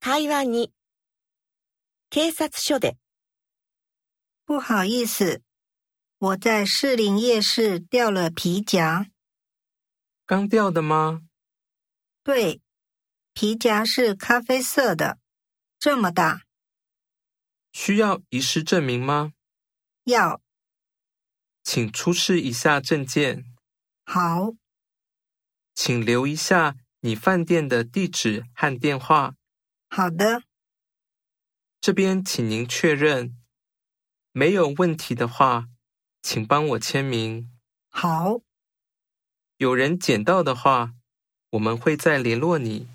会話に。警察署で、不好意思，我在士林夜市掉了皮夹。刚掉的吗？对，皮夹是咖啡色的，这么大，需要遗失证明吗？要请出示一下证件，好，请留一下你饭店的地址和电话。好的，这边请您确认，没有问题的话，请帮我签名。好。有人捡到的话，我们会再联络你。